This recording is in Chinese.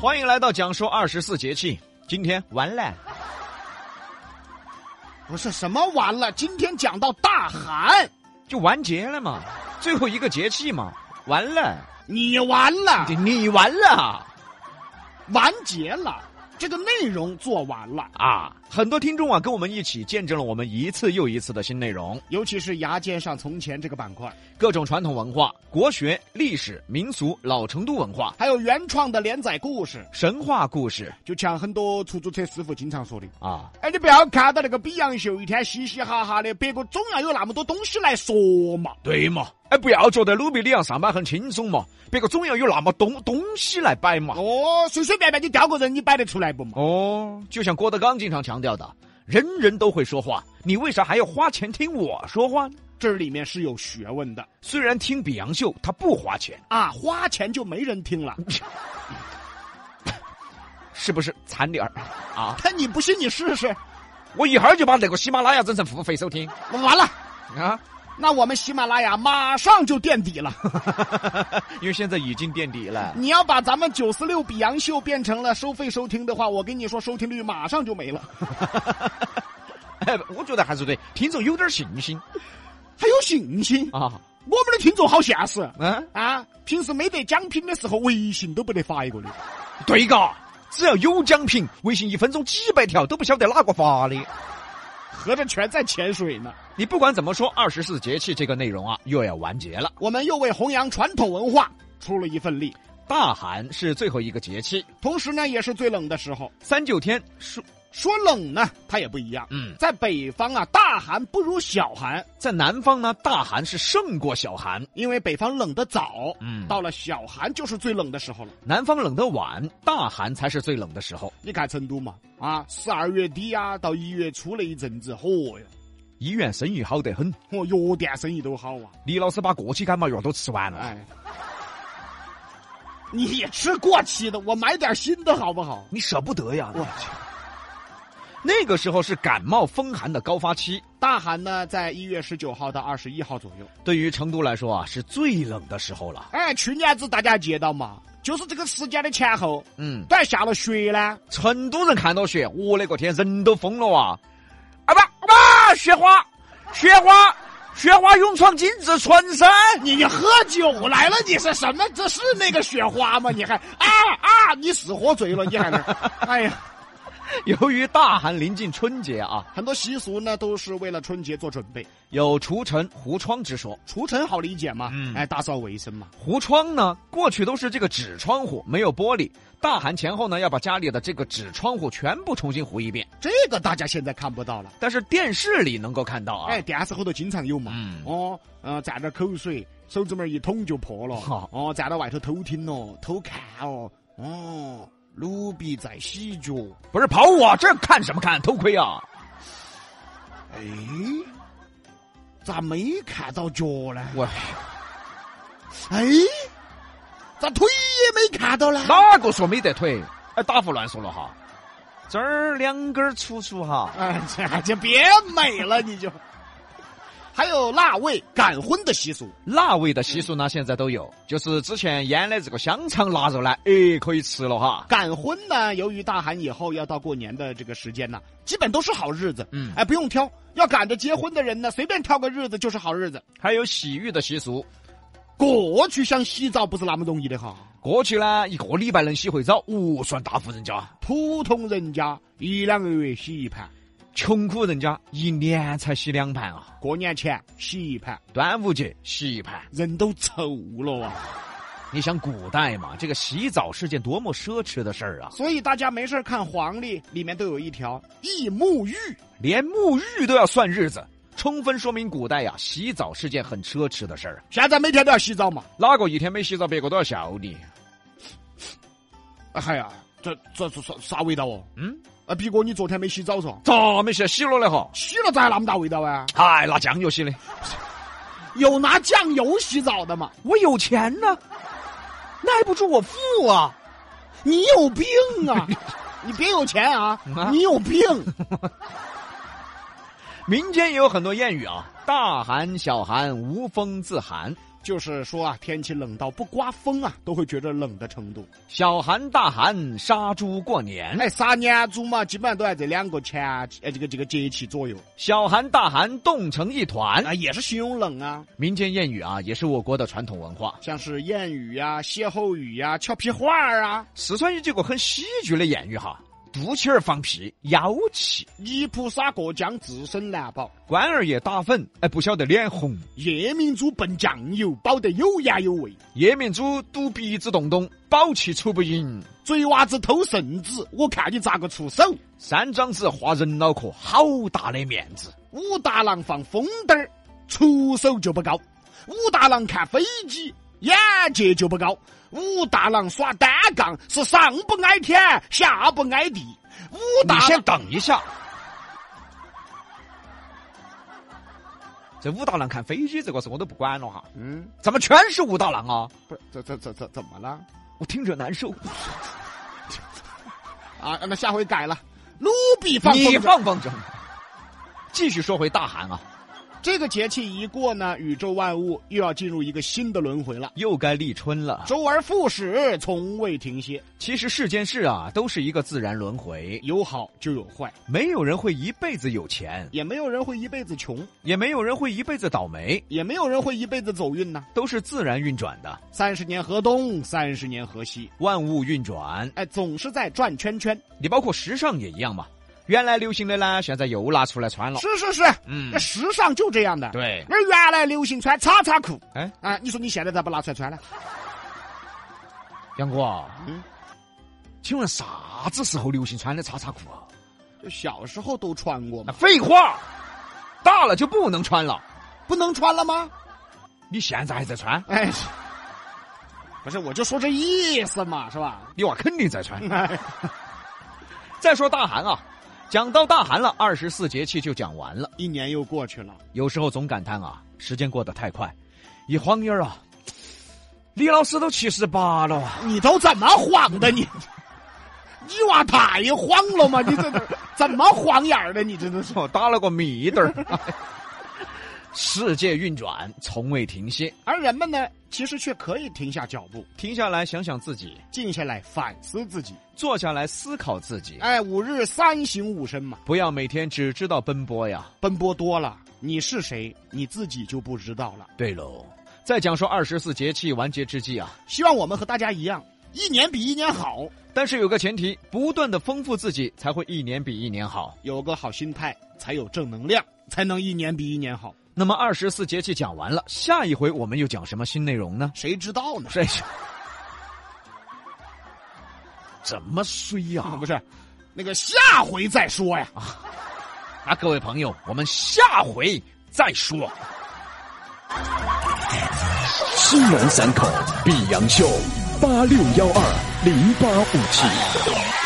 欢迎来到讲说二十四节气，今天完了。不是什么完了，今天讲到大寒，就完结了嘛，最后一个节气嘛，完了，你完了你，你完了啊完结了，这个内容做完了。啊！很多听众啊，跟我们一起见证了我们一次又一次的新内容，尤其是牙尖上从前这个板块，各种传统文化、国学、历史、民俗、老成都文化、还有原创的连载故事，神话故事就像很多出租车师傅经常说的。啊，哎，你不要看到那个比洋秀一天嘻嘻哈哈的，别个总要有那么多东西来说嘛。对嘛？哎，不要觉得努比里昂上班很轻松嘛，别个总要有那么东东西来摆嘛。哦，随随便便你调个人，你摆得出来不嘛？哦，就像郭德纲经常强调的，人人都会说话，你为啥还要花钱听我说话呢？这里面是有学问的虽然听比洋秀他不花钱，啊，花钱就没人听了。是不是惨点儿啊？看你不信，你试试。我一会儿就把那个喜马拉雅整成付费收听完了。啊，那我们喜马拉雅马上就垫底了。因为现在已经垫底了。你要把咱们九十六比洋秀变成了收费收听的话，我跟你说，收听率马上就没了。哎，我觉得还是对听众有点信心还有信心，啊。我们的听众好现实嗯，啊！平时没得奖品的时候，微信都不得发一个的。对嘎，只要有奖品，微信一分钟几百条都不晓得哪个发的。合着全在潜水呢。啊你不管怎么说，二十四节气这个内容啊，又要完结了。我们又为弘扬传统文化出了一份力，大寒是最后一个节气，同时呢，也是最冷的时候。三九天暑，说冷呢，它也不一样。嗯，在北方啊，大寒不如小寒，在南方呢，大寒是胜过小寒，因为北方冷得早，嗯到了小寒就是最冷的时候了。南方冷得晚，大寒才是最冷的时候。你看成都嘛，啊，十二月底啊到一月初那一阵子，嚯哟，医院生意好得很，嚯，药店生意都好啊，李老师把过期感冒药都吃完了。哎。 你也吃过期的，我买点新的好不好？你舍不得呀！我去，那个时候是感冒风寒的高发期，大寒呢，在一月十九号到二十一号左右。对于成都来说啊，是最冷的时候了。哎，去年子大家记到嘛，就是这个时间的前后，嗯，都还下了雪呢。成都人看到雪，我勒个天，人都疯了啊！啊吧啊吧，雪花，雪花，雪花勇闯金子春山。哎你喝酒来了？你是什么？这是那个雪花吗？你还啊啊！你死喝醉了，你还能？哎呀， 由于大寒临近春节啊，很多习俗呢，都是为了春节做准备。有除尘糊窗之说。除尘好理解嘛，嗯哎，打扫卫生嘛。糊窗呢，过去都是这个纸窗户，没有玻璃。大寒前后呢，要把家里的这个纸窗户全部重新糊一遍，这个大家现在看不到了，但是电视里能够看到啊。哎，电视后头经常有嘛。嗯哦，呃，蘸点口水，手指门一捅就破了。好哦，站到外头偷听哦，偷看哦，哦，奴婢在洗脚。不是跑我这看什么看？偷窥啊！哎，咋没看到脚呢？我哎，咋腿也没看到呢？哪个说没得腿？哎，打胡乱说了哈。这儿两根儿粗粗哈， 哎，这就别美了，你就。还有腊味赶婚的习俗，腊味的习俗呢，现在都有，就是之前腌的这个香肠腊肉呢，哎，可以吃了哈。赶婚呢，由于大寒以后要到过年的这个时间呢，基本都是好日子。嗯哎，不用挑，要赶着结婚的人呢，随便挑个日子就是好日子。还有洗浴的习俗，过去想洗澡不是那么容易的哈，过去呢一个礼拜能洗回澡，哦，算大户人家。普通人家一两个月洗一盘，穷苦人家一年才洗两盘啊，过年前洗一盘，端午节洗一盘。人都臭了啊。你想古代嘛，这个洗澡是件多么奢侈的事儿啊，所以大家没事儿看黄历，里面都有一条易沐浴。连沐浴都要算日子，充分说明古代呀、洗澡是件很奢侈的事儿。现在每天都要洗澡嘛。哪个一天没洗澡，别个都要笑你。哎呀，这这这啥啥味道哦？嗯，啊，毕哥，你昨天没洗澡嗦？咋没洗？洗了的哈。洗了咋还那么大味道啊？哎，拿酱油洗的。有拿酱油洗澡的吗？我有钱呢、耐不住我富啊。你有病啊！你别有钱啊啊！你有病！民间也有很多谚语啊，大寒小寒无风自寒。就是说啊，天气冷到不刮风啊，都会觉得冷的程度。小寒、大寒、杀猪过年，哎，啥年猪嘛，基本上都在这两个前呃这个这个节气左右小寒、大寒冻成一团。啊，也是形容冷啊，民间谚语啊，也是我国的传统文化。像是谚语啊、歇后语啊、俏皮话儿啊、四川有几个很喜剧的谚语哈：肚脐儿放屁，妖气；泥菩萨过江自身难保，关二爷打粉，哎，不晓得脸红；夜明珠拌酱油煲得有盐有味，夜明珠堵鼻子洞洞，宝气出不赢；嘴娃子偷圣旨，我看你咋个出手。三张纸画人脑壳，好大的面子；武大郎放风灯儿，出手就不高；武大郎看飞机，眼界就不高；武大郎耍单杠是上不挨天，下不挨地。武大你先郎等一下。这武大郎看飞机这个事我都不管了哈，嗯，怎么全是武大郎啊？不是，怎怎怎怎怎么了？我听着难受。啊，那下回改了。奴婢放你风筝，放风筝。继续说回大寒啊，这个节气一过呢，宇宙万物又要进入一个新的轮回了。又该立春了。周而复始，从未停歇，其实世间事啊，都是一个自然轮回，有好就有坏，没有人会一辈子有钱，也没有人会一辈子穷，也没有人会一辈子倒霉，也没有人会一辈子走运呐。都是自然运转的，三十年河东，三十年河西，万物运转。哎，总是在转圈圈。你包括时尚也一样嘛，原来流行的呢，现在又拿出来穿了。是是是，嗯那，时尚就这样的。，对，那原来流行穿叉叉裤，哎啊，你说你现在咋不拿出来穿呢？杨哥，嗯请问啥子时候流行穿的叉叉裤啊？就小时候都穿过那嘛，废话，大了就不能穿了。不能穿了吗？你现在还在穿？哎，是不是，我就说这意思嘛，是吧？ 你娃肯定在穿。再说大寒啊，讲到大寒了，二十四节气就讲完了。一年又过去了，有时候总感叹啊，时间过得太快，一晃眼儿啊，李老师都七十八了啊。你都怎么晃的你？ 你娃太晃了嘛？你这 怎么晃眼儿的？你真的是我打了个米的儿。 世界运转从未停歇，而人们呢，其实却可以停下脚步，停下来想想自己，静下来反思自己。坐下来思考自己，哎，五日三省吾身嘛，不要每天只知道奔波呀。奔波多了，你是谁，你自己就不知道了。对喽，在讲说二十四节气完结之际啊，希望我们和大家一样，一年比一年好，但是有个前提，不断的丰富自己，才会一年比一年好。有个好心态，才有正能量，才能一年比一年好。那么二十四节气讲完了，下一回我们又讲什么新内容呢？ 谁知道呢？这是怎么衰呀、啊， 不是，那个下回再说呀。啊，各位朋友，我们下回再说。西南三口碧阳秀八六幺二零八五七。